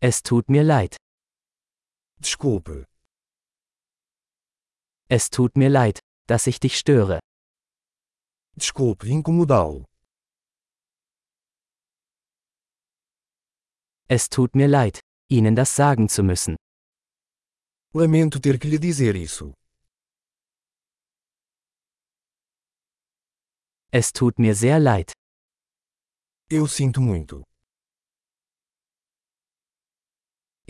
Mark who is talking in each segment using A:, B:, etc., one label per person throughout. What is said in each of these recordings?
A: Es tut mir leid.
B: Desculpe.
A: Es tut mir leid, dass ich dich störe.
B: Desculpe incomodá-lo.
A: Es tut mir leid, Ihnen das sagen zu müssen.
B: Lamento ter que lhe dizer isso.
A: Es tut mir sehr leid.
B: Eu sinto muito.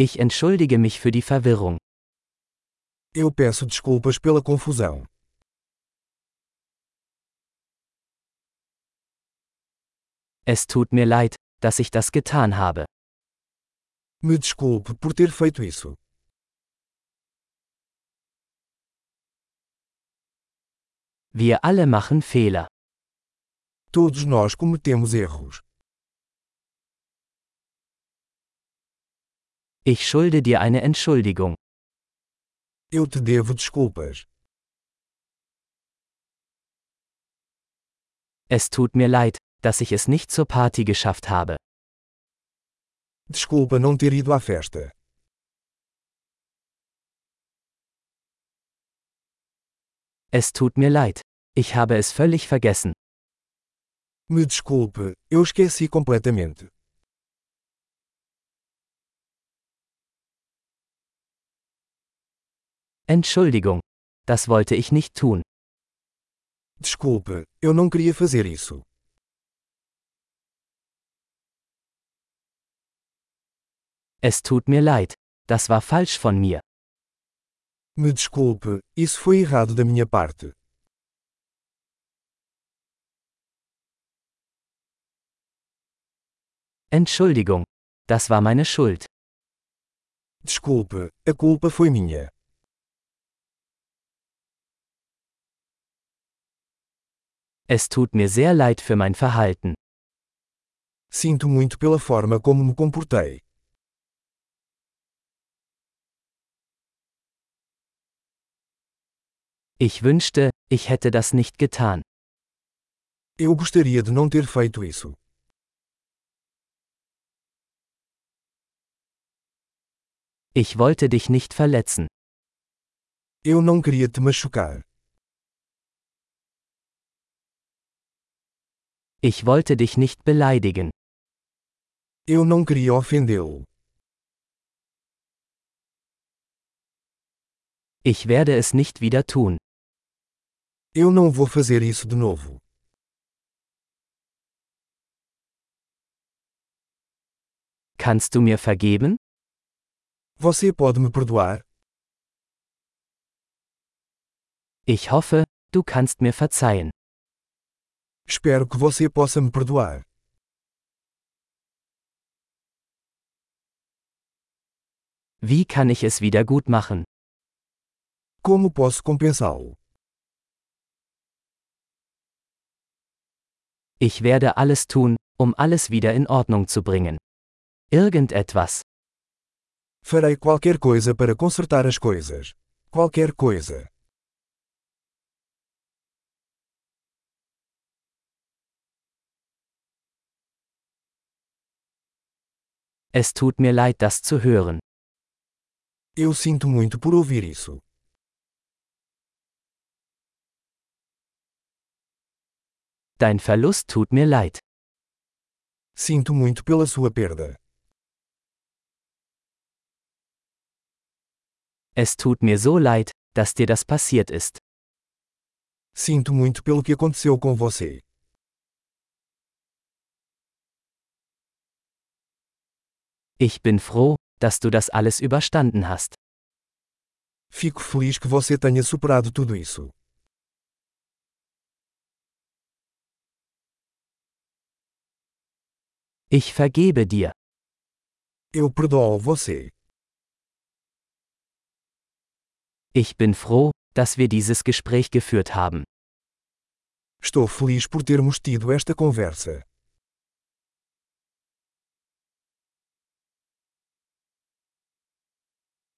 A: Ich entschuldige mich für die Verwirrung.
B: Eu peço desculpas pela confusão.
A: Es tut mir leid, dass ich das getan habe.
B: Me desculpe por ter feito isso.
A: Wir alle machen Fehler.
B: Todos nós cometemos erros.
A: Ich schulde dir eine Entschuldigung.
B: Eu te devo desculpas.
A: Es tut mir leid, dass ich es nicht zur Party geschafft habe.
B: Desculpa não ter ido à festa.
A: Es tut mir leid. Ich habe es völlig vergessen.
B: Me desculpe, eu esqueci completamente.
A: Entschuldigung. Das wollte ich nicht tun.
B: Desculpe, eu não queria fazer isso.
A: Es tut mir leid. Das war falsch von mir.
B: Me desculpe, isso foi errado da minha parte.
A: Entschuldigung. Das war meine Schuld.
B: Desculpe, a culpa foi minha.
A: Es tut mir sehr leid für mein Verhalten.
B: Sinto muito pela forma como me comportei.
A: Ich wünschte, ich hätte das nicht getan.
B: Eu gostaria de não ter feito isso.
A: Ich wollte dich nicht verletzen.
B: Eu não queria te machucar.
A: Ich wollte dich nicht beleidigen.
B: Eu não queria ofendê-lo.
A: Ich werde es nicht wieder tun.
B: Eu não vou fazer isso de novo.
A: Kannst du mir vergeben?
B: Você pode me perdoar?
A: Ich hoffe, du kannst mir verzeihen.
B: Espero que você possa me perdoar.
A: Wie kann ich es wieder gut machen?
B: Como posso compensá-lo?
A: Ich werde alles tun, um alles wieder in Ordnung zu bringen. Irgendetwas.
B: Farei qualquer coisa para consertar as coisas. Qualquer coisa.
A: Es tut mir leid, das zu hören.
B: Eu sinto muito por ouvir isso.
A: Dein Verlust tut mir leid.
B: Sinto muito pela sua perda.
A: Es tut mir so leid, dass dir das passiert ist.
B: Sinto muito pelo que aconteceu com você.
A: Ich bin froh, dass du das alles überstanden hast.
B: Fico feliz que você tenha superado tudo isso.
A: Ich vergebe dir.
B: Eu perdoo você.
A: Ich bin froh, dass wir dieses Gespräch geführt haben.
B: Estou feliz por termos tido esta conversa.